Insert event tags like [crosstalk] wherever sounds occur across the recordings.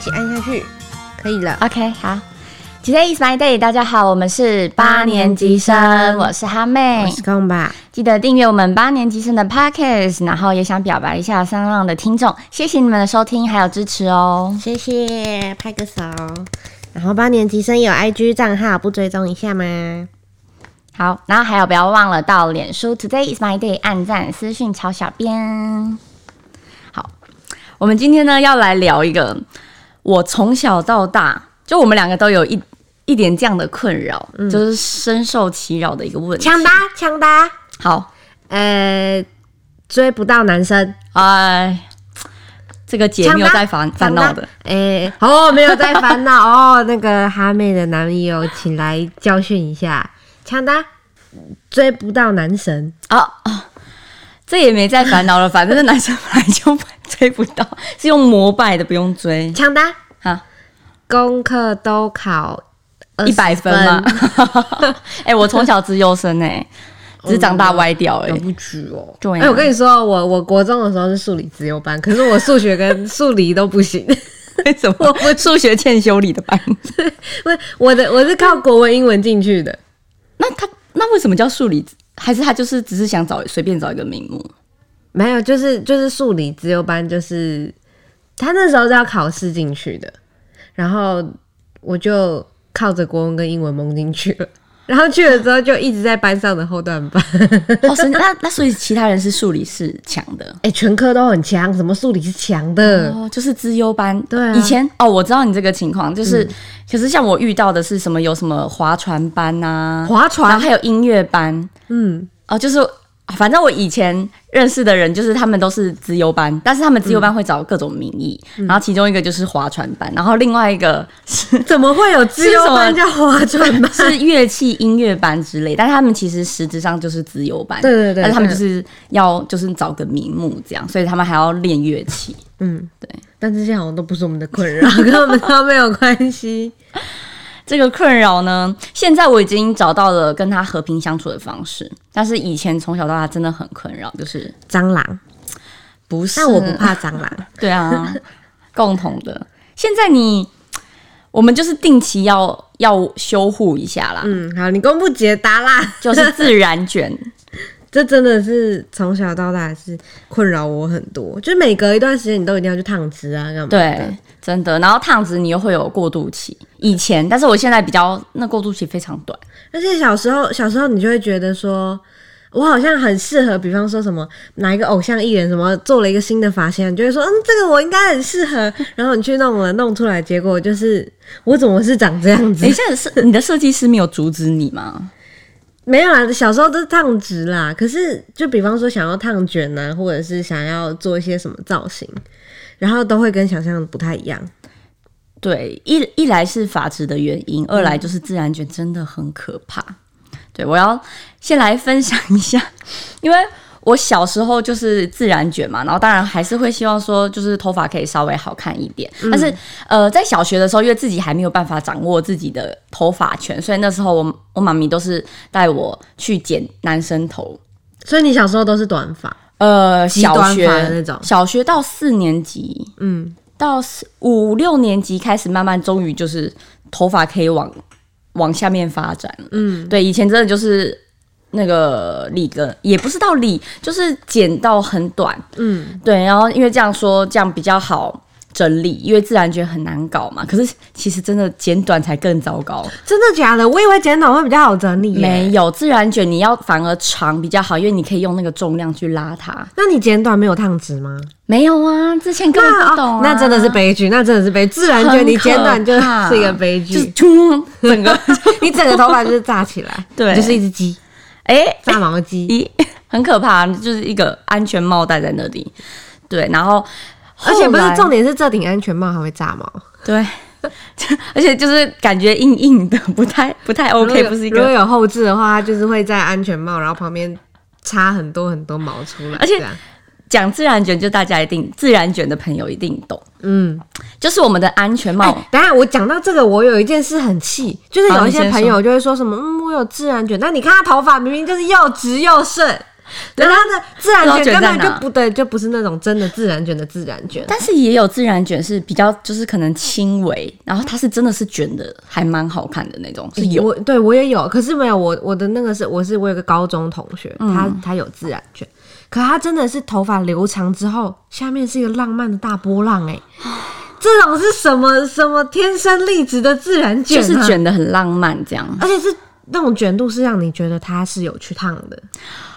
起按下去，可以了。 OK，好。Today is my day，大家好，我们是八年级生，我是哈妹我，是康吧，记得订阅我们八年级生的 Podcast，然后也想表白一下三浪的听众，谢谢你们的收听还有支持哦。谢谢，拍个手。然后八年级生有 IG 账号，不追踪一下吗？好，然后还有不要忘了到脸书 Today is my day 按赞私讯曹小编。好，我们今天呢要来聊一个我从小到大，就我们两个都有一一点这样的困扰，就是深受其扰的一个问题。抢答，抢答。好，呃，追不到男生，哎，这个姐没抢有答在烦烦恼的，。哎、哦，没有在烦 [laughs] 恼哦。那个哈妹的男友，请来教训一下。抢答，追不到男神，哦哦，这也没在烦恼了，反正这男生本来就追不到，是用膜拜的，不用追抢答，啊，功课都考一百20分嘛。 [laughs] 哎、我从小自优生哎、 [laughs] 只是长大歪掉而有已。不举哦。对啊哎、我跟你说，我我国中的时候是数理自由班，可是我数学跟数理都不行。 [laughs] 为什么我数学欠修理的班？不是我的，我是靠国文、英文进去的。 [laughs] 那他那为什么叫数理？还是他就是只是想找随便找一个名目？没有，就是就是数理自由班，就是他那时候是要考试进去的，然后我就靠着国文跟英文蒙进去了。 [laughs] 然后去了之后就一直在班上的后段班， [laughs] 哦，神那那所以其他人是数理是强的。哎、全科都很强，什么数理是强的，哦，就是资优班。对啊嗯以前哦，我知道你这个情况，就是、可是像我遇到的是什么，有什么划船班呐、划然后船，还有音乐班嗯，哦，就是反正我以前认识的人，就是他们都是资优班，但是他嗯们资优班会找各种名义，然后其中一个就是划船班，然后另外一个是。怎么会有自由班是？叫划船 [laughs] 班是乐器音乐班之类，但是他们其实实质上就是资优班，对对对但是他们对就是要就是找个名目这样，所以他们还要练乐器。嗯，对。但这些好像都不是我们的困扰， [laughs] 跟我们都没有关系。这个困扰呢，现在我已经找到了跟他和平相处的方式，但是以前从小到大真的很困扰，就是蟑螂，不是但我不， [laughs] 怕蟑螂。对啊，共同的。现在你，我们就是定期要要修护一下啦，嗯，好，你公布解答啦。就是自然 [laughs] 卷，这真的是从小到大是困扰我很多，就是每隔一段时间你都一定要去烫直啊，干嘛？，对，真的。然后烫直你又会有过渡期，以前，但是我现在比较那过渡期非常 [laughs] 短，而且小时候小时候你就会觉得说。我好像很适合，比方说什么哪一个偶像艺人什么做了一个新的发型，你就会说，嗯，这个我应该很适合。然后你去弄了，弄出来，结果就是我怎么是长这样子你？现在是你的设计师没有阻止你吗？没有啦，小时候都是烫直啦。可是，就比方说想要烫卷啊，或者是想要做一些什么造型，然后都会跟想象不太一样。对，一一来是法治的原因，二来就是自然卷真的很可怕。对我要先来分享一下， [laughs] 因为我小时候就是自然卷嘛，然后当然还是会希望说，就是头发可以稍微好看一点。但是呃，在小学的时候，因为自己还没有办法掌握自己的头发权，所以那时候我我妈咪都是带我去剪男生头。所以你小时候都是短发，呃，极端小发学的那种小学到四年级，嗯，到四五六年级开始，慢慢终于就是头发可以往往下面发展了。嗯，对，以前真的就是那个理根，也不是到理，就是剪到很短。嗯，对，然后因为这样说这样比较好。整理，因为自然卷很难搞嘛。可是其实真的剪短才更糟糕。真的假的？我以为剪短会比较好整理耶。没有自然卷，你要反而长比较好，因为你可以用那个重量去拉它。那你剪短没有烫直吗？没有啊，之前根本不懂、啊哦那真的是悲剧，那真的是悲剧。自然很可卷怕你剪短就是一个悲就是 [laughs] 剧，[laughs] 突整个你整个头发就是炸起来，对你就是一只鸡，哎、炸毛鸡。咦，很可怕，就是一个安全帽戴在那里。对，然后而且不后是来重点是这顶安全帽还会炸毛对， [laughs] 而且就是感觉硬硬的，不太不太如果 OK，有不是一如果个。有后置的话，它就是会在安全帽，然后旁边插很多很多毛出来，而且这样讲自然卷，就大家一定自然卷的朋友一定懂，嗯，就是我们的安全帽。哎，等一下我讲到这个，我有一件事很气，就是好有一你些先朋友就会说什么，嗯，我有自然卷，但你看他头发明明就是又直又顺，对，它的自然不知道卷啊卷根在本就哪不对，就不是那种真的自然卷的自然卷。但是也有自然卷是比较，就是可能轻微，然后它是真的是卷的，还蛮好看的那种，是有哎我对我也有，可是没有我我的那个是我是我有个高中同学，他嗯他有自然卷，可他真的是头发留长之后，下面是一个浪漫的大波浪哎、这种是什么什么天生丽质的自然卷、就啊？是，卷的很浪漫这样，而且是那种卷度是让你觉得它是有去烫的，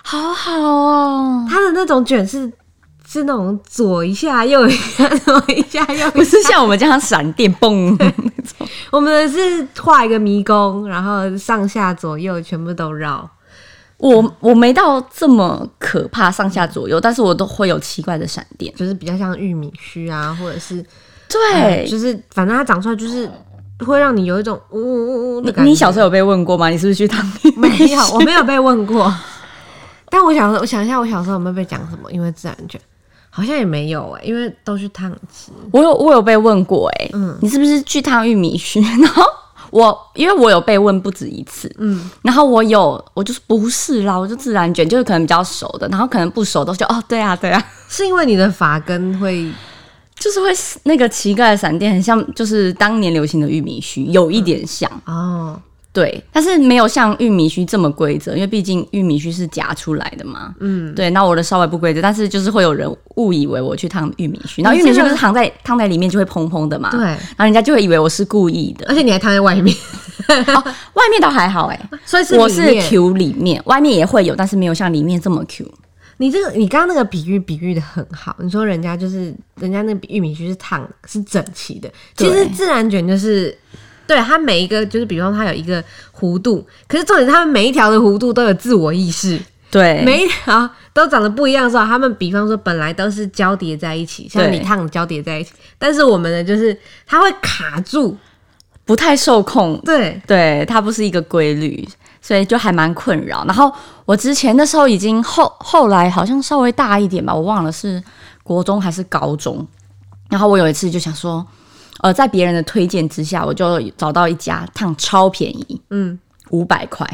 好好哦。它的那种卷是是那种左一下右一下 [laughs] 左一下右一下，不是像我们这样闪电蹦那种，我们的是画一个迷宫，然后上下左右全部都绕。 [laughs] 我我没到这么可怕，上下左右，但是我都会有奇怪的闪电。就是比较像玉米须啊，或者是对，就是反正它长出来就是会让你有一种呜呜呜的感觉。你小时候有被问过吗？你是不是去当兵？没有？我没有被问过，但我想我想一下，我小时候有没有被讲什么？因为自然卷好像也没有哎、因为都去烫直。 [laughs] 我有我有被问过哎、你是不是去烫玉米须？ [laughs] 然后我因为我有被问不止一次，嗯，然后我有我就是不是啦，我就自然卷，就是可能比较熟的，然后可能不熟的就哦对啊对啊， [laughs] 是因为你的发根会就是会那个奇怪的闪电，很像就是当年流行的玉米须，有一点像，哦，对，但是没有像玉米须这么规则，因为毕竟玉米须是夹出来的嘛，嗯，对，那我的稍微不规则，但是就是会有人误以为我去烫玉米须，然后你玉米这须个不是烫在烫在里面就会蓬蓬的嘛，对，然后人家就会以为我是故意的，而且你还烫在外面， [laughs] 外面倒还好哎、所以是我里是面 Q 里面，外面也会有，但是没有像里面这么 Q。你这个你刚刚那个比喻比喻的很好，你说人家就是人家那个玉米须是烫的，是整齐的，其对实自然卷就是。对它每一个就是，比方它有一个弧度，可是重点是它们每一条的弧度都有自我意识，对，每一条都长得不一样的时候，它们比方说本来都是交叠在一起，像对你烫的交叠在一起，但是我们的就是它会卡住，不太受控，对，对，它不是一个规律，所以就还蛮困扰。然后我之前那时候已经后后来好像稍微大一点吧，我忘了是国中还是高中。然后我有一次就想说，呃，在别人的推荐之下，我就找到一家烫超便宜，嗯，五百块，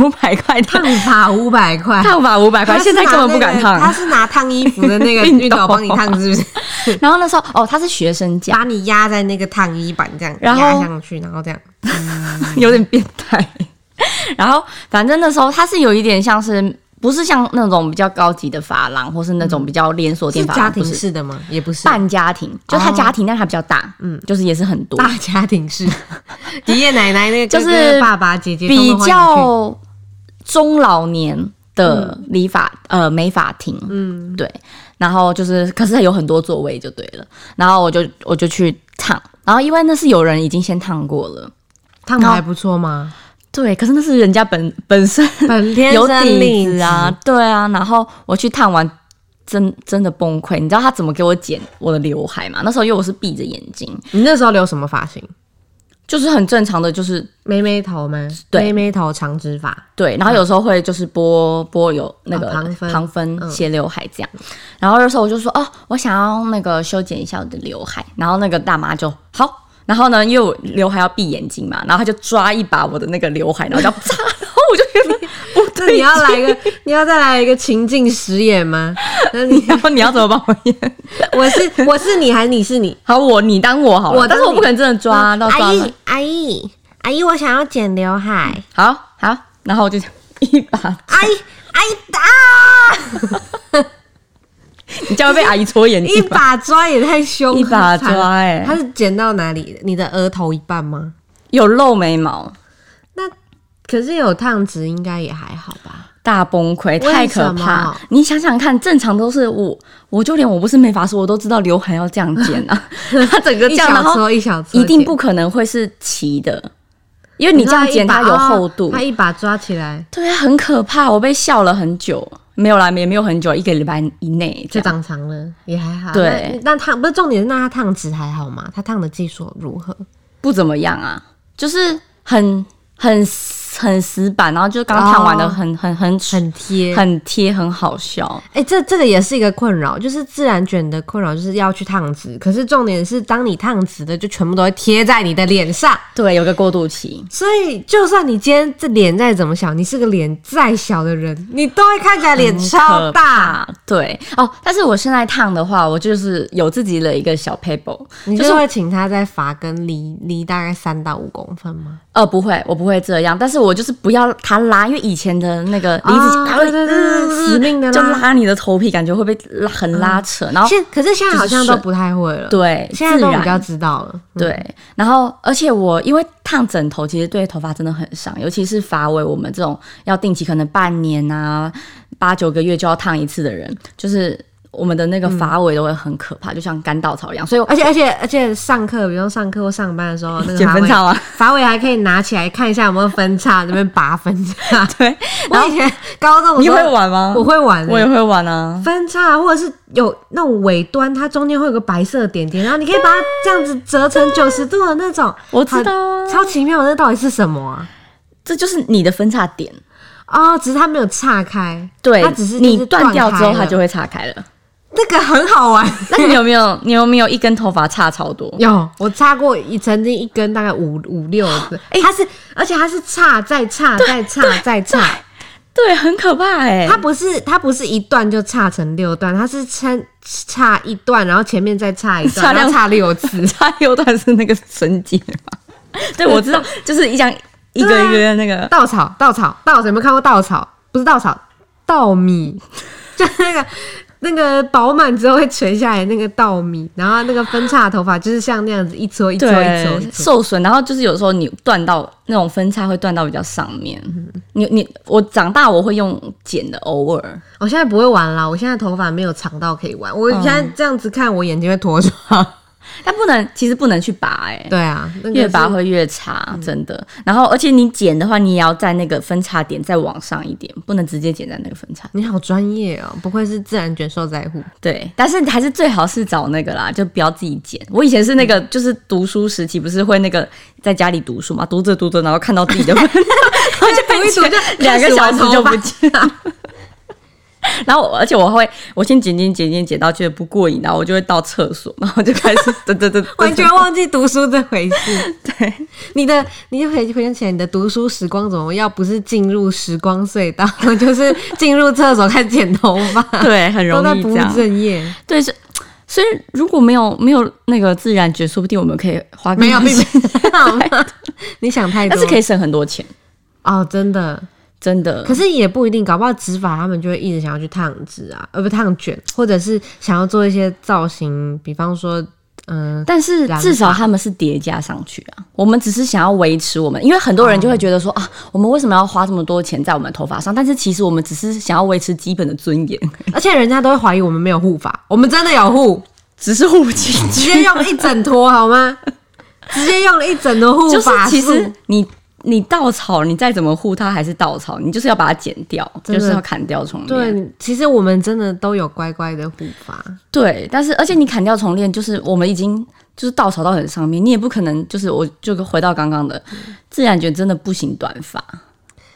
五百块烫烫发五百块， [laughs] 烫法五 [laughs] 百它块，是现在根拿本不那敢个烫。它是拿烫衣服的 [laughs] 那个熨斗熨斗帮你烫，是不是？ [laughs] 然后那时候哦，他是学生价，把你压在那个烫衣板这样然后压上去，然后这样， [laughs] 有点变态。然后反正那时候它是有一点像是。不是像那种比较高级的发廊，或是那种比较连锁店是发家廊，不庭嗯是式的吗？也不是，半家庭，就他家庭，但他比较大，哦嗯，就是也是很多， [laughs] 大家庭 [laughs] 式，爷爷奶奶那个就是哥哥爸爸姐姐比通通欢迎去较中老年的理发、呃美发厅，嗯，对。然后就是，可是有很多座位就对了。然后我就我就去烫，然后因为那是有人已经先烫过了，烫的还不错 [laughs] 吗？对。可是那是人家本本身本天有生丽底子啊，对啊。然后我去烫完，真真的崩溃。你知道他怎么给我剪我的刘海吗？那时候因为我是闭着眼睛，质。你那时候留什么发型？就是很正常的，就是妹妹头吗？对妹妹头长直 [laughs] 发，对。然后有时候会就是拨拨有那个啊旁分旁分斜刘海这样。然后那时候我就说哦，我想要那个修剪一下我的刘海。然后那个大妈就好。然后呢，因为我刘海要闭眼睛嘛，然后她就抓一把我的那个刘海，然后就扎，然后我就觉得 [laughs] 不那对你要来一 [laughs] 个，你要再来一个情境实演吗？那你 [laughs] 劲，然后你要怎么帮我演？我是我是你还是你是你？好，我你当我好了，我当但是我你不可能真的抓到抓阿了姨。阿姨阿姨，我想要剪刘海，好好，然后我就这样一把，阿姨阿姨啊！你这样会被阿姨戳眼一睛吧。把抓也太凶，一把抓欸它是剪到哪里的？你的额头一半吗？有露眉毛，那可是有烫直，应该也还好吧？大崩溃，太可为什怕么！你想想看，正常都是我，我就连我不是美发师，我都知道刘海要这样剪 [laughs] 啊， [laughs] 它整个这一样，然小后撮一小撮，一定不可能会是齐的，因为你剪。这样剪它它一把有厚哦度。它一把抓起来对啊，很可怕，我被笑了很久，没有啦，也没有很久，一个礼拜以内这就样。长长了，也还好。对那，那烫不是重点是那它烫直还好吗？它烫的技术如何？不怎么样啊，就是很很很死板，然后就刚看哦完的很、很很很贴。很贴，很好笑。哎、这这个也是一个困扰，就是自然卷的困扰，就是要去烫直。可是重点是，当你烫直的，就全部都会贴在你的脸上。对，有个过渡期，所以，就算你今天这脸再怎么小，你是个脸再小的人，你都会看起来脸超大。很可怕。对哦，但是我现在烫的话，我就是有自己的一个小 paper，你就就是是会请他在发根离离大概三到五公分吗？呃，不会，我不会这样，但是我就是不要它拉，因为以前的那个离子哦它会、对对对嗯死命地拉就拉你的头皮，感觉会被拉很拉扯，然后现哦可是现在好像都不太会了，，对，现在自都然比较知道了。嗯，对，然后而且我因为烫枕头，其实对头发真的很伤，尤其是发尾，我们这种要定期可能半年啊、八九个月就要烫一次的人，就是我们的那个发尾都会很可怕，就像干稻草一样。所以我嗯而且而且而且上课，比如说上课或上班的时候，那个剪发分尾叉吗？发尾还可以拿起来看一下有没有分叉，那边拔分 [laughs] 叉。对，我以前高中的你时候会，玩吗？我，会玩欸、我也会玩啊。分叉，或者是有那种尾端，它中间会有个白色的点点，然后你可以把它这样子折成九十度的那种，我知道啊，超奇妙，那到底是什么啊？这就是你的分叉点。哦，只是它没有岔开，对，它只是你断断掉之后，它就会会岔开 [laughs] 了。那个很好玩。 [laughs] 那你有没有？你有没有一根头发差超多？有，我插过一曾经一根大概五五六哦个，哎它是而且它是叉再叉再叉再 [laughs] 叉，哎对，很可怕哎、它不是它不是一段就叉成六段，它是撑叉一段，然后前面再叉一叉 [laughs] 段，然两后叉六次。插六段是那个绳结吗？ [laughs] 啊对，我知道，就是 [laughs] 一张一个一个的那个，稻草，稻草，稻草，有没有看过稻草？不是稻草，稻米， [laughs] 就是那个那个饱满之后会垂下来那个稻米，然后那个分叉头发就是像那样子一撮一撮一撮一对，撮。受损。然后就是有时候你断到那种分叉会断到比较上面。你你我长大我会用剪的，偶尔。我哦现在不会玩啦，我现在头发没有长到可以玩，我嗯现在这样子看我眼睛会脱 [laughs] 妆。但不能，其实不能去拔哎、对啊，那个越拔是会越差，真的。然后，而且你剪的话，你也要在那个分叉点再往上一点，不能直接剪在那个分叉。你好专业哦，不愧是自然卷受灾 [laughs] 户。对，但是还是最好是找那个啦，就不要自己剪。我以前是那个，就是读书时期，不是会那个在家里读书嘛，读着读着，然后看到自 [laughs] 己的分，然后就读一读就两个小时就不开见了。然后我，而且我会，我先剪剪剪剪剪到觉得不过瘾，然后我就会到厕所，然后就开始噔噔噔，完全忘记读书这回事。对， [laughs] 你的你就回回想起来，你的读书时光怎么要不是进入时光隧道， [laughs] 就是进入厕所开始剪头发，对，很容都在易不这务样。正业。对，是，所以如果没有没有那个自然觉，说不定我们可以花更没有，多并钱 [laughs] 没有， [laughs] 你想太多。但是可以以省很多钱，哦，真的。真的。可是也不一定，搞不好植发他们就会一直想要去烫直啊，呃，不烫卷，或者是想要做一些造型，比方说，嗯、但是至少他们是叠加上去啊，我们只是想要维持我们，因为很多人就会觉得说、嗯啊，我们为什么要花这么多钱在我们头发上？但是其实我们只是想要维持基本的尊 [laughs] 严，而且人家都会怀疑我们没有护发，我们真的有护，只是护颈直接用一整坨好吗？直接用了一整坨护 [laughs] 就是发其素实你你稻草，你再怎么护它还是稻草，你就是要把它剪掉，真的就是要砍掉重练。对，其实我们真的都有乖乖的护发，对，但是而且你砍掉重练，就是我们已经就是稻草到很上面，你也不可能就是我就回到刚刚的嗯自然卷，真的不行短发，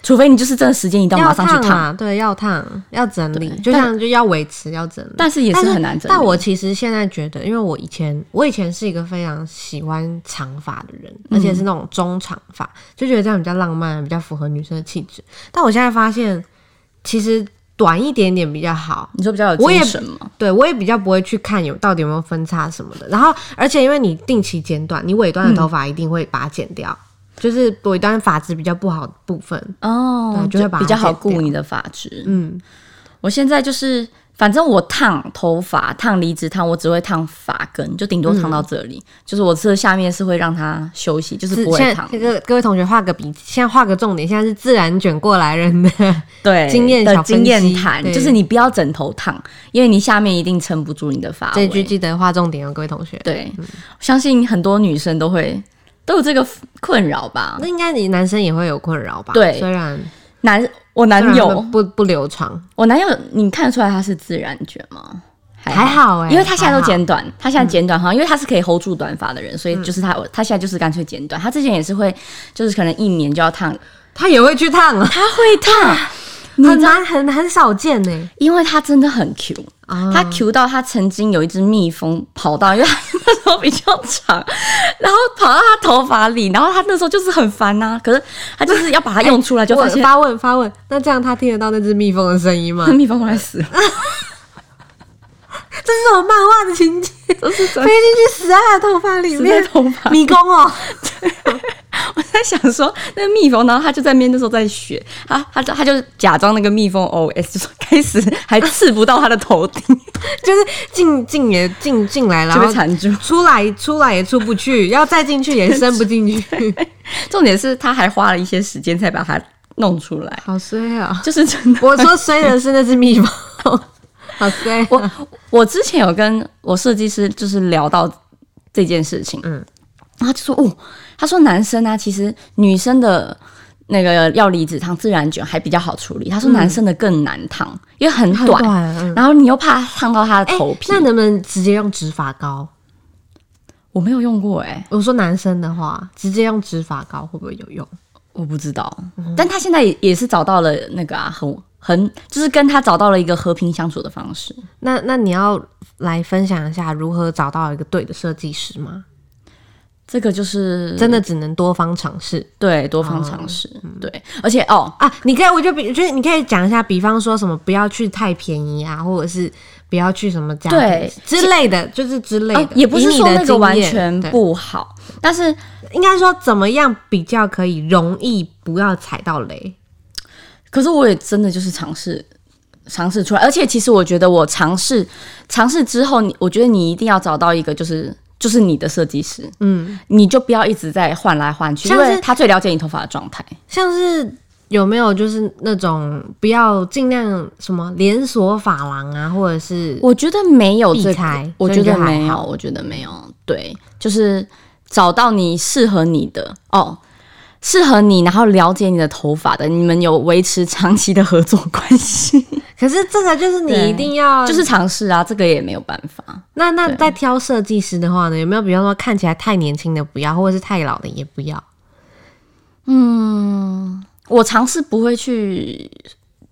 除非你就是真的时间一到马要上去烫。啊，对，要烫，要整理，对就像就要维持，要整理。但是也是很难整理。但我其实现在觉得，因为我以前我以前是一个非常喜欢长发的人，而且是那种中长发，就觉得这样比较浪漫，比较符合女生的气质。但我现在发现，其实短一点点比较好，你说比较有我也精神嘛？对我也比较不会去看有到底有没有分叉什么的。然后，而且因为你定期剪短，你尾端的头发一定会把它剪掉，就是尾端发质比较不好的部分。哦对就会把它比较好剪顾掉你的发质。嗯，我现在就是，反正我烫头发、烫离子烫，我只会烫发根，就顶多烫到这里。就是我这下面是会让它休息，就是不会现烫在。各各位同学画个笔记，现在画个重点，现在是自然卷过来人 [laughs] 的。对，经验的小分经验析谈，对就是你不要枕头烫，因为你下面一定撑不住你的发 [laughs] 这一句尾。记得画重点哦，各位同学。对，我相信很多女生都会都有这个困扰吧那。应该你男生也会有困扰吧？对虽然男，我虽然男他友们，不不留长，我男友，你看得出来他是自然卷吗？还好哎、因为他现在都还好嗯剪短，他现在剪短哈，因为他是可以 hold 住短发的人，所以就是他，他现在就是干脆剪短。他之前也是会，就是可能一年就要烫他也会去烫啊，他会烫， [laughs] 你很知道，难很很少见呢。因为他真的很 Q，啊他 Q 到他曾经有一只蜜蜂跑到，因为他 [laughs] 那时候比较长，然后跑到他头发里，然后他那时候就是很烦呐、可是他就是要把它用出来，就我发现发问发问，那这样他听得到那只蜜蜂的声音吗？蜜蜂快 [laughs] 死了，这是什么漫画的情节？都是真飞进去死在他的头发里死在面，头发。迷宫哦。我在想说，那蜜蜂，然后他就在面那时候在学，他他就他就假装那个蜜蜂哦 OS，就说开始还刺不到他的头 [laughs] 顶，就是进进也进进来，然就被后缠住。出来出来也出不去，要再进去也伸不进去，重点是他还花了一些时间才把它弄出 [laughs] 来，好衰啊！就是真的。我说衰的是那只蜜蜂，好衰啊、我 [laughs] 我之前有跟我设计师就是聊到这件事情，嗯嗯，然后他就说哦，他说男生啊，其实女生的那个要离子烫自然卷还比较好处理，他说男生的更难烫，因为很短，嗯很短嗯然后你又怕烫到他的哎头皮。那能不能直接用直发膏？我没有用过哎、我说男生的话，直接用直发膏会不会有用？我不知道，嗯但他现在也也是找到了那个啊，很很就是跟他找到了一个和平相处的方式。那那你要来分享一下如何找到一个对的设计师吗？这个就是真的只嗯能多方尝试对多方尝试，对，而且哦，啊！你可以，我就比就是你可以讲一下，比方说什么不要去太便宜啊，或者是不要去什么家对之类的，就是之类的。啊也不是哎以你说的那个经完验全，不好，但是对应该说怎么样比较可以容易不要踩到雷？可是我也真的就是尝试尝试出来，而且其实我觉得我尝试尝试之后，你我觉得你一定要找到一个就是。就是你的设计师，嗯，你就不要一直在换来换去，因像是为他最了解你头发的状态。像是有没有就是那种不要尽量什么连锁发廊啊，或者是我觉得没有避这个开我觉所以得就还没有，好我觉得没有。对，就是找到你适合你的哦，适合你，然后了解你的头发的，你们有维持长期的合作关系，可是这个就是你对一定要 [laughs] 就是尝试啊，这个也没有办法。那那在挑设计师的话呢，有没有比方说看起来太年轻的不要，或者是太老的也不要？我尝试不会去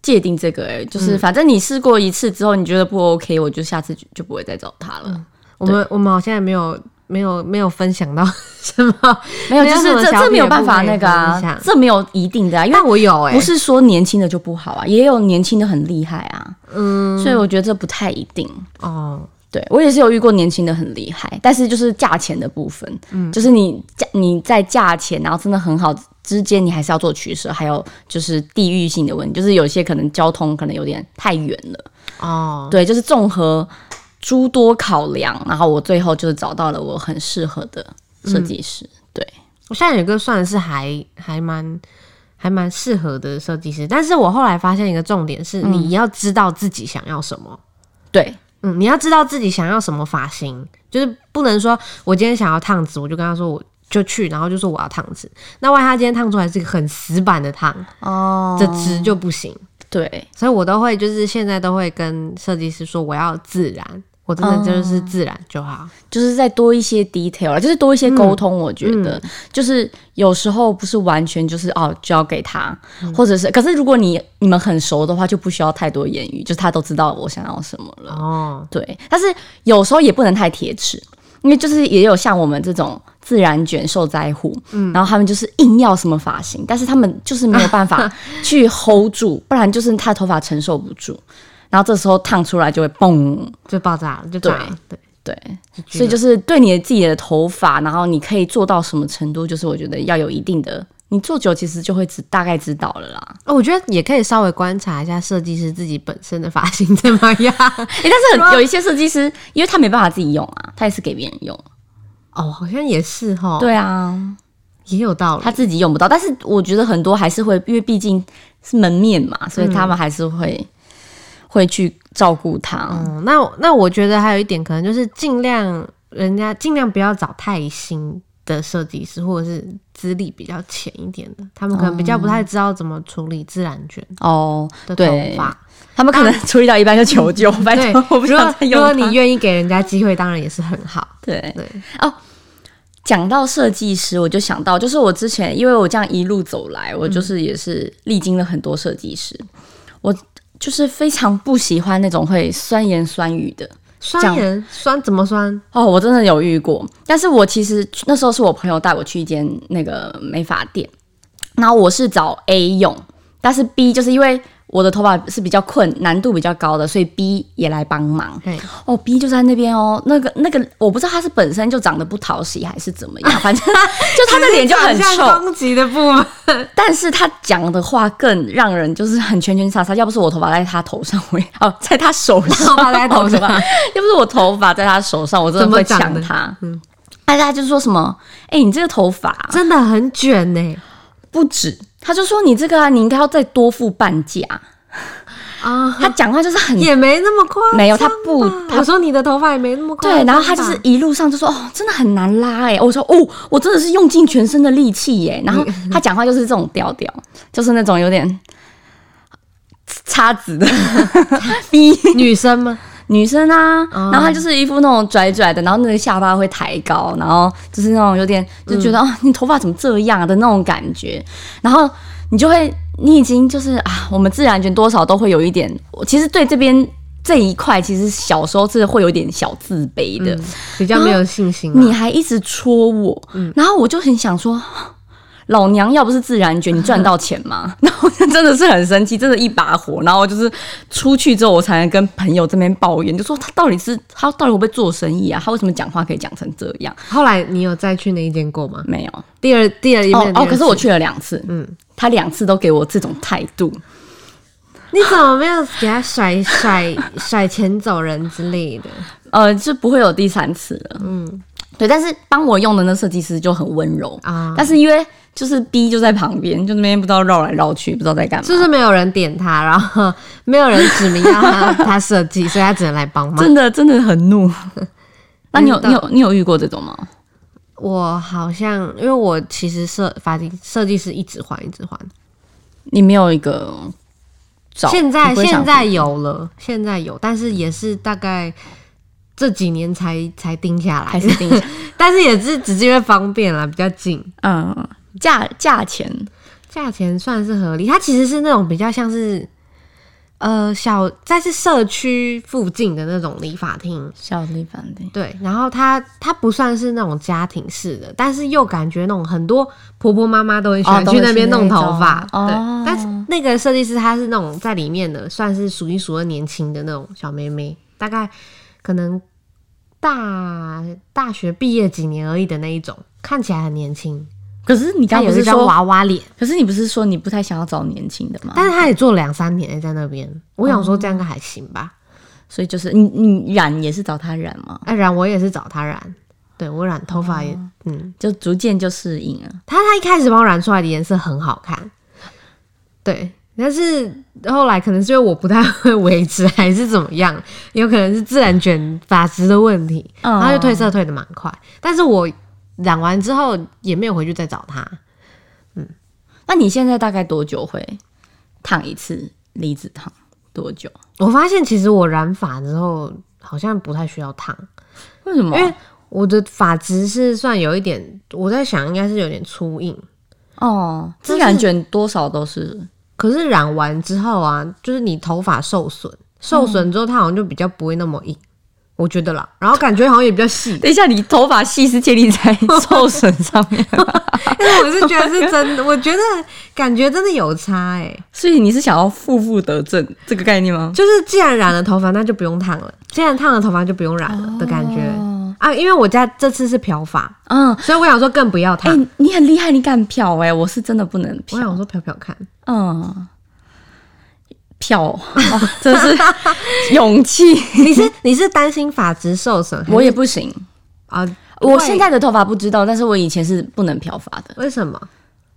界定这个、欸，就是反正你试过一次之后，你觉得不 OK，我就下次就就不会再找他了。我们我们好像也没有没有没有分享到 [laughs] 什么，没有，就什是么这小这没有撇步办法可以那个分啊享，这没有一定的啊，因为但我有哎、不是说年轻的就不好啊，也有年轻的很厉害啊，嗯，所以我觉得这不太一定。哦，对我也是有遇过年轻的很厉害，但是就是价钱的部分，嗯，就是你价你在价钱，然后真的很好之间，你还是要做取舍，还有就是地域性的问题，就是有些可能交通可能有点太远了，哦，对，就是综合诸多考量，然后我最后就是找到了我很适合的设计师，对，我现在有一个算是还还蛮还蛮适合的设计师，但是我后来发现一个重点是，你要知道自己想要什么。对，嗯，你要知道自己想要什么发型，就是不能说我今天想要烫直，我就跟他说我就去，然后就说我要烫直。那万一他今天烫出来是一个很死板的烫，哦，这直就不行。对，所以我都会就是现在都会跟设计师说我要自然，我真的就是自然就好。就是再多一些 detail 啦，就是多一些沟通。我觉得、就是有时候不是完全就是哦交给他，或者是可是如果你你们很熟的话，就不需要太多言语，就是他都知道我想要什么了。哦，对，但是有时候也不能太铁齿，因为就是也有像我们这种自然卷受灾户，然后他们就是硬要什么发型，但是他们就是没有办法去 hold 住，不然就是他的头发承受不住，然后这时候烫出来就会嘣。就爆炸了，就炸了，对，对，巨所以就是对你的自己的头发，然后你可以做到什么程度，就是我觉得要有一定的，你做久其实就会知大概知道了啦。哦我觉得也可以稍微观察一下设计师自己本身的发型怎么 [laughs] 样。诶，但是很有一些设计师，因为他没办法自己用啊，他也是给别人用。哦，好像也是哈，，对啊，也有道理他。自己用不到，但是我觉得很多还是会，因为毕竟是门面嘛，所以嗯他们还是会、会去照顾他。嗯，那那我觉得还有一点可能就是尽量人家尽量不要找太新的设计师，或者是资历比较浅一点的，他们可能比较不嗯太知道怎么处理自然卷哦，的头对发。他们可能 [laughs] 处理到一半就求救，反 [laughs] 对，正我不如想果再如用果它你愿意给人家机会，当然也是很好。对对，哦，讲到设计师，我就想到，就是我之前，因为我这样一路走来，我就是也是历经了很多设计师，我就是非常不喜欢那种会酸言酸语的。酸盐酸怎么酸？哦，我真的有遇过，但是我其实那时候是我朋友带我去一间那个美发店，然后我是找 A 用，但是 B 就是因为我的头发是比较困，难度比较高的，所以 B 也来帮忙。对，哦，B 就在那边哦，那个那个，我不知道他是本身就长得不讨喜还是怎么样， [laughs] 反正 [laughs] 就他的脸就很只是长相臭，攻击的部 [laughs] 分，但是他讲的话更让人就是很圈圈叉叉。要不是我头发在他头上，我也哦，在他手上，头发在头上 [laughs] 要不是我头发在他手上，我真的怎么会长抢的他。嗯，大家就说什么，哎、你这个头发啊真的很卷呢、不止，他就说你这个啊，你应该要再多付半价。啊，他讲话就是很也没那么夸张吧，啊嗯没有他不他我说你的头发也没那么夸张吧，对，然后他就是一路上就说：“哦，真的很难拉哎。”我说：“哦，我真的是用尽全身的力气耶。”然后他讲话就是这种调调，就是那种有点叉子的逼女生 [laughs] 吗？女生啊。然后他就是一副那种拽拽的，然后那个下巴会抬高，然后就是那种有点就觉得哦，你头发怎么这样啊的那种感觉。然后你就会，你已经就是啊，我们自然卷多少都会有一点，我其实对这边。这一块其实小时候是会有点小自卑的，比较没有信心、啊。你还一直戳我，然后我就很想说， [gasps] 老娘要不是自然卷，你赚到钱吗？ [laughs] 然后我就真的是很生气，真的一把火，然后我就是出去之后，我才能跟朋友这边抱怨，就说他到底是他到底会不会做生意啊？他为什么讲话可以讲成这样？后来你有再去那一间过吗？没有，第二第二一哦面哦，可是我，去了两次，嗯，他两次都给我这种态度，你怎么没有给他甩甩 [laughs] 甩钱走人之类的？呃，就不会有第三次了。嗯，对，但是帮我用的那设计师就很温柔啊但是因为就是 B 就在旁边，就那边不知道绕来绕去，不知道在干嘛，就是没有人点他，然后没有人指明要他 [laughs] 他设计，所以他只能来帮忙。真的真的很怒。 [laughs] 那你有真的你有你有遇过这种吗？我好像因为我其实设发型设计师一直换一直换，你没有一个找现在你不会想现在有了，现在有，但是也是大概这几年才才定下来还，是定 [laughs] 但是也是只是因为方便啦，比较近。嗯价价钱价钱算是合理，它其实是那种比较像是，呃，小在是社区附近的那种理发厅，小地方的对。然后它它不算是那种家庭式的，但是又感觉那种很多婆婆妈妈都很喜欢哦都去会那边去那弄头发，种哦对。但是那个设计师他是那种在里面的，算是数一数二年轻的那种小妹妹，大概可能大大学毕业几年而已的那一种，看起来很年轻，可是你她刚刚有不一是张说，娃娃脸。可是你不是说你不太想要找年轻的吗？哦但是他也做了两三年在那边，我想说这样应该还行吧。所以就是你你染也是找他染吗？哎、染我也是找他染，对我染头发也，哦嗯，就逐渐就适应了。他他一开始帮我染出来的颜色很好看，对，但是后来可能是因为我不太会维持，还是怎么样，有可能是自然卷发质的问题，嗯然后就褪色褪的蛮快。但是我染完之后也没有回去再找他，那你现在大概多久会烫一次离子烫？多久？我发现其实我染发之后好像不太需要烫。为什么？因为我的发质是算有一点，我在想应该是有点粗硬，哦，就是自然卷多少都是可是染完之后啊，就是你头发受损，受损之后它好像就比较不会那么硬，我觉得 [laughs] 啦。然后感觉好像也比较细，等一下，你头发细是建立在受损上面吗，但是我是觉得是真的，我觉得感觉真的有差哎、 [laughs] 所以你是想要负负得正这个概念吗？就是既然染了头发，那就不用烫了；既然烫了头发，就不用染了的感觉、哦啊。因为我家这次是漂发，嗯，所以我想说更不要哎、烫。你很厉害，你敢漂哎、我是真的不能我想漂，说漂漂看，嗯，漂， [laughs] 哦、真是勇气，你是你是担心发质受损还是我也不行。啊？我在。现在的头发不知道，但是我以前是不能漂发的，为什么？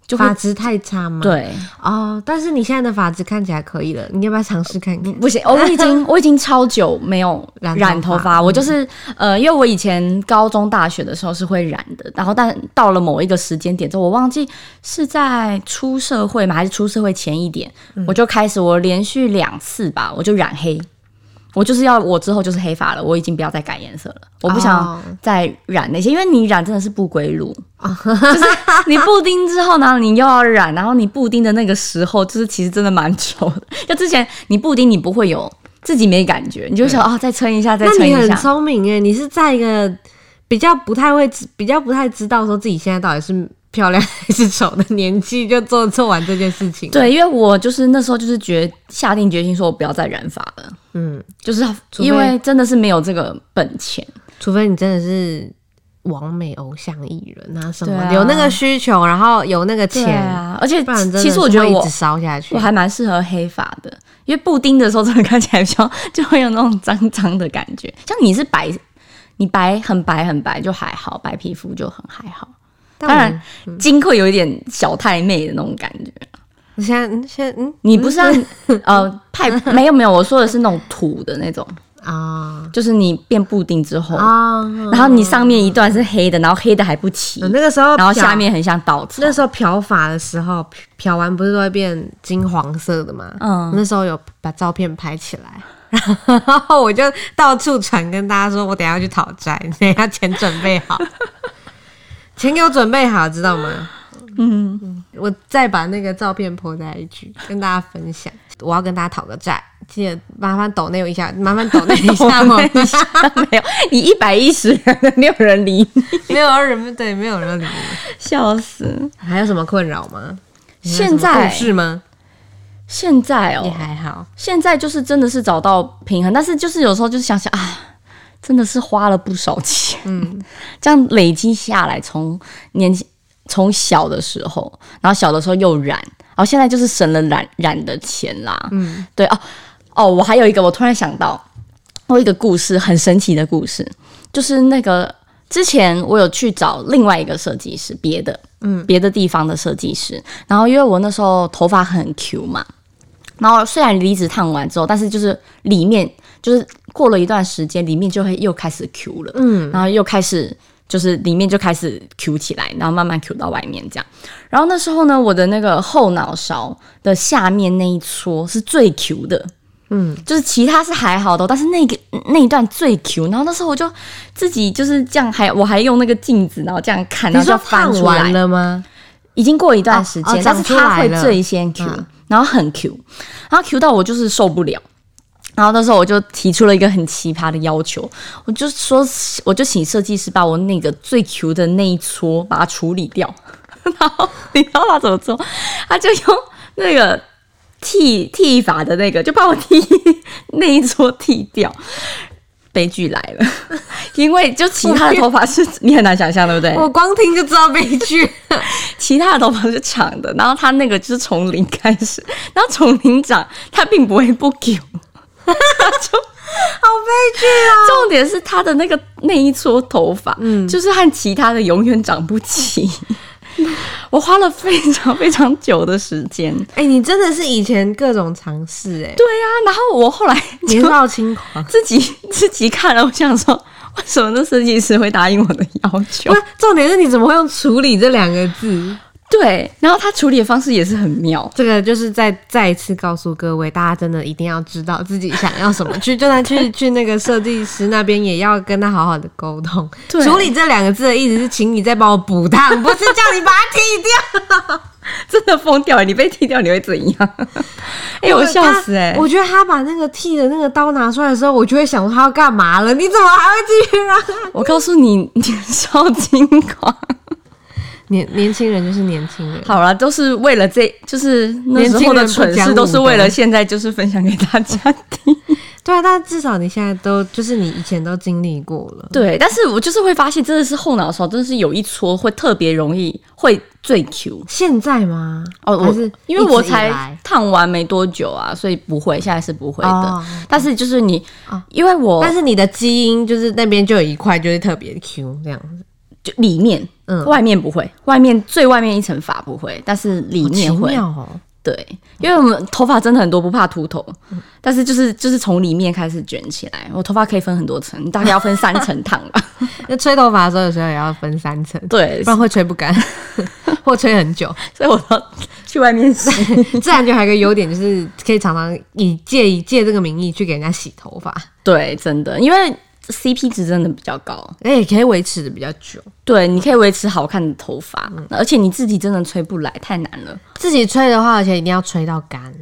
就会发质太差吗？对，哦，但是你现在的发质看起来可以了，你要不要尝试看看？不行，哦我已 [laughs] 经我已经超久没有染头发嗯染头发，我就是呃，因为我以前高中、大学的时候是会染的，然后但到了某一个时间点之后，我忘记是在出社嗯会嘛，还是出社会前一点，我就开始我连续两次吧，我就染黑。我就是要我之后就是黑发了，我已经不要再改颜色了，我不想哦再染那些，因为你染真的是不归路，啊就是你布丁之后呢，你又要染，然后你布丁的那个时候，就是其实真的蛮丑的。就之前你布丁你不会有自己没感觉，你就想啊、再撑一下，再那撑你一很下。聪明哎，你是在一个比较不太会、比较不太知道说自己现在到底是漂亮还是丑的年纪，就做做完这件事情。，对，因为我就是那时候就是决下定决心说，我不要再染发了，嗯，就是除非因为真的是没有这个本钱。除非你真的是完美偶像艺人啊，什么、对啊有那个需求，然后有那个对钱，啊，而且不然真的其实我觉得是会我一直烧下去我。还蛮适合黑发的，因为布丁的时候真的看起来比较就会有那种脏脏的感觉。像你是白，你白很白很白就还好，白皮肤就很还好。当当然，金会有一点小太妹的那种感觉。我现在嗯现在嗯你不是要呃派没有没有，我说的是那种土的那种，啊就是你变布丁之后，啊，然后你上面一段是黑的，然后黑的还不齐，那个时候然后漂下面很像稻草那。时候漂发的时候，漂完不是都会变金黄色的吗？嗯那时候有把照片拍起来，然后我就到处传，跟大家说我等一下要去讨债，你等一下钱准备 [laughs] 好，钱给我准备好，知道吗？嗯，我再把那个照片 po 在一起，跟大家分享。我要跟大家讨个债，记得麻烦抖内我一下，麻烦抖内一 [laughs] 下我没有， [laughs] 你一百一十人没有人理你， [laughs] 没有人对，没有人理我。笑死。还有什么困扰吗？现在是吗？现在也哦，还好。现在就是真的是找到平衡，但是就是有时候就是想想啊，真的是花了不少钱，嗯， [laughs] 这样累积下来，从年轻从小的时候，然后小的时候又染，然后现在就是省了染染的钱啦，嗯，对哦哦，我还有一个，我突然想到，我有一个故事，很神奇的故事，就是那个之前我有去找另外一个设计师，别的，嗯，别的地方的设计师，然后因为我那时候头发很 Q 嘛，然后虽然离子烫完之后，但是就是里面就是过了一段时间，里面就会又开始 Q 了，嗯，然后又开始就是里面就开始 Q 起来，然后慢慢 Q 到外面这样。然后那时候呢，我的那个后脑勺的下面那一撮是最 Q 的。嗯，就是其他是还好的哦，但是那个那一段最 Q，然后那时候我就自己就是这样还，我还用那个镜子，然后这样看，然你说后就要翻烫出来完了吗？已经过一段时间，哦哦但是长出来它会了嗯最先 Q，、然后很 Q，然后 Q 到我就是受不了。然后那时候我就提出了一个很奇葩的要求，我就说，我就请设计师把我那个最 Q 的那一撮把它处理掉。 [laughs] 然后你知道他怎么做？他就用那个剃剃发的那个，就把我剃 [laughs] 那一撮剃掉。悲剧来了，因为就其他的头发是你很难想象，对不对？我光听就知道悲 [laughs] 剧。其他的头发是长的，然后它那个就是从零开始，然后从零长，它并不会不 Q，好悲剧啊！重点是它的那个那一撮头发，嗯，就是和其他的永远长不齐。 [laughs] 我花了非常非常久的时间，哎、你真的是以前各种尝试哎，对呀、然后我后来年就少轻 [laughs] 狂。自己自己看了，我想说，为什么那设计师会答应我的要求不？是，重点是你怎么会用“处理”这两个字？对，然后他处理的方式也是很妙，这个就是再再一次告诉各位，大家真的一定要知道自己想要什 [laughs] 么，去就算去去那个设计师那边，也要跟他好好的沟通。对处理这两个字的意思是，请你再帮我补烫，不是叫你把它剃掉。 [laughs] 真的疯掉了！你被剃掉你会怎样？ [laughs] 哎、我笑死哎、我觉得他把那个剃的那个刀拿出来的时候，我就会想说他要干嘛了？你怎么还会继续 [laughs] 让他我告诉你，年少轻狂。年年轻人就是年轻人，好了，都是为了这，就是那时候的蠢年轻人不讲事，武德都是为了现在，就是分享给大家听。 [laughs] 对啊，但至少你现在都就是你以前都经历过了， [laughs] 对，但是我就是会发现，真的是后脑勺，真的是有一撮会特别容易会最 Q。现在吗？哦，还我是因为我一直以才来烫完没多久啊，所以不会，现在是不会的。哦但是就是你，哦因为我但是你的基因就是那边就有一块就是特别 Q 这样子，就里面，嗯外面不会，外面最外面一层发不会，但是里面好奇会。妙哦。对，因为我们头发真的很多，不怕秃头，但是就是就是从里面开始卷起来。我头发可以分很多层，大概要分三层烫吧。 [laughs] 那吹头发的时候，有时候也要分三层，对 [laughs] 不，然会吹不干，或吹很久。所以我都去外面洗。 [laughs] 自然卷还有一个优点就是可以常常以借以借这个名义去给人家洗头发，对，真的，因为 CP 值真的比较高，而且可以维持的比较久。对，你可以维持好看的头发，嗯而且你自己真的吹不来，太难了。自己吹的话，而且一定要吹到干，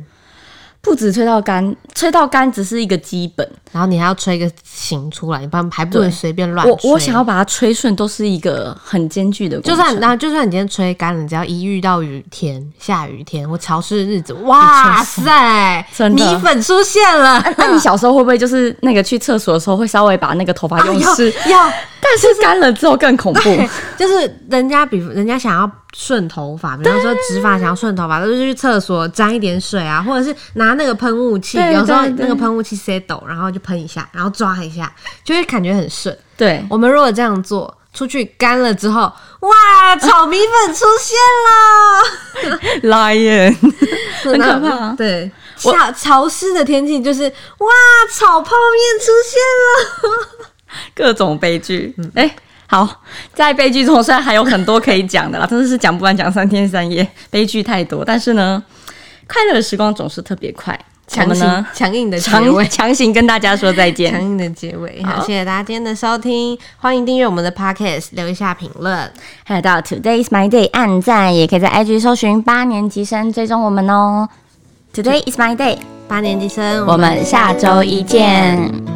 不止吹到干，吹到干只是一个基本。然后你还要吹个形出来，你不然还不能对随便乱我吹。我想要把它吹顺，都是一个很艰巨的工就程。算那就算你今天吹干了，你只要一遇到雨天、下雨天或潮湿的日子，哇塞，真米的啊粉出现了，那你小时候会不会就是那个去厕所的时候会稍微把那个头发啊用要湿？要，但是干了之后更恐怖。就是人家比人家想要顺头发，比方说直发想要顺头发，都是去厕所沾一点水啊，或者是拿那个喷雾器，对有时候对对那个喷雾器塞抖，然后就喷一下，然后抓一下，就会感觉很顺。 [laughs] 对，我们如果这样做，出去干了之后，哇，炒米粉出 [laughs] 现，lion，很了，可怕对，下潮湿的天气就是哇，炒泡面出现了。各种悲剧。哎、好，在悲剧中虽然还有很多可以讲的啦，真的是讲不完，讲三天三夜，悲剧太多。但是呢，快乐的时光总是特别快。我强们行呢，强硬的结尾强。强行跟大家说再强见。硬的结尾，好，好谢谢大家今天的收听，欢迎订阅我们的 podcast，留一下评论， [laughs] 还有到 Today is my day，按赞也可以在 IG 搜寻八年级生追踪我们哦。Today is my day，八年级生，我们下周一见。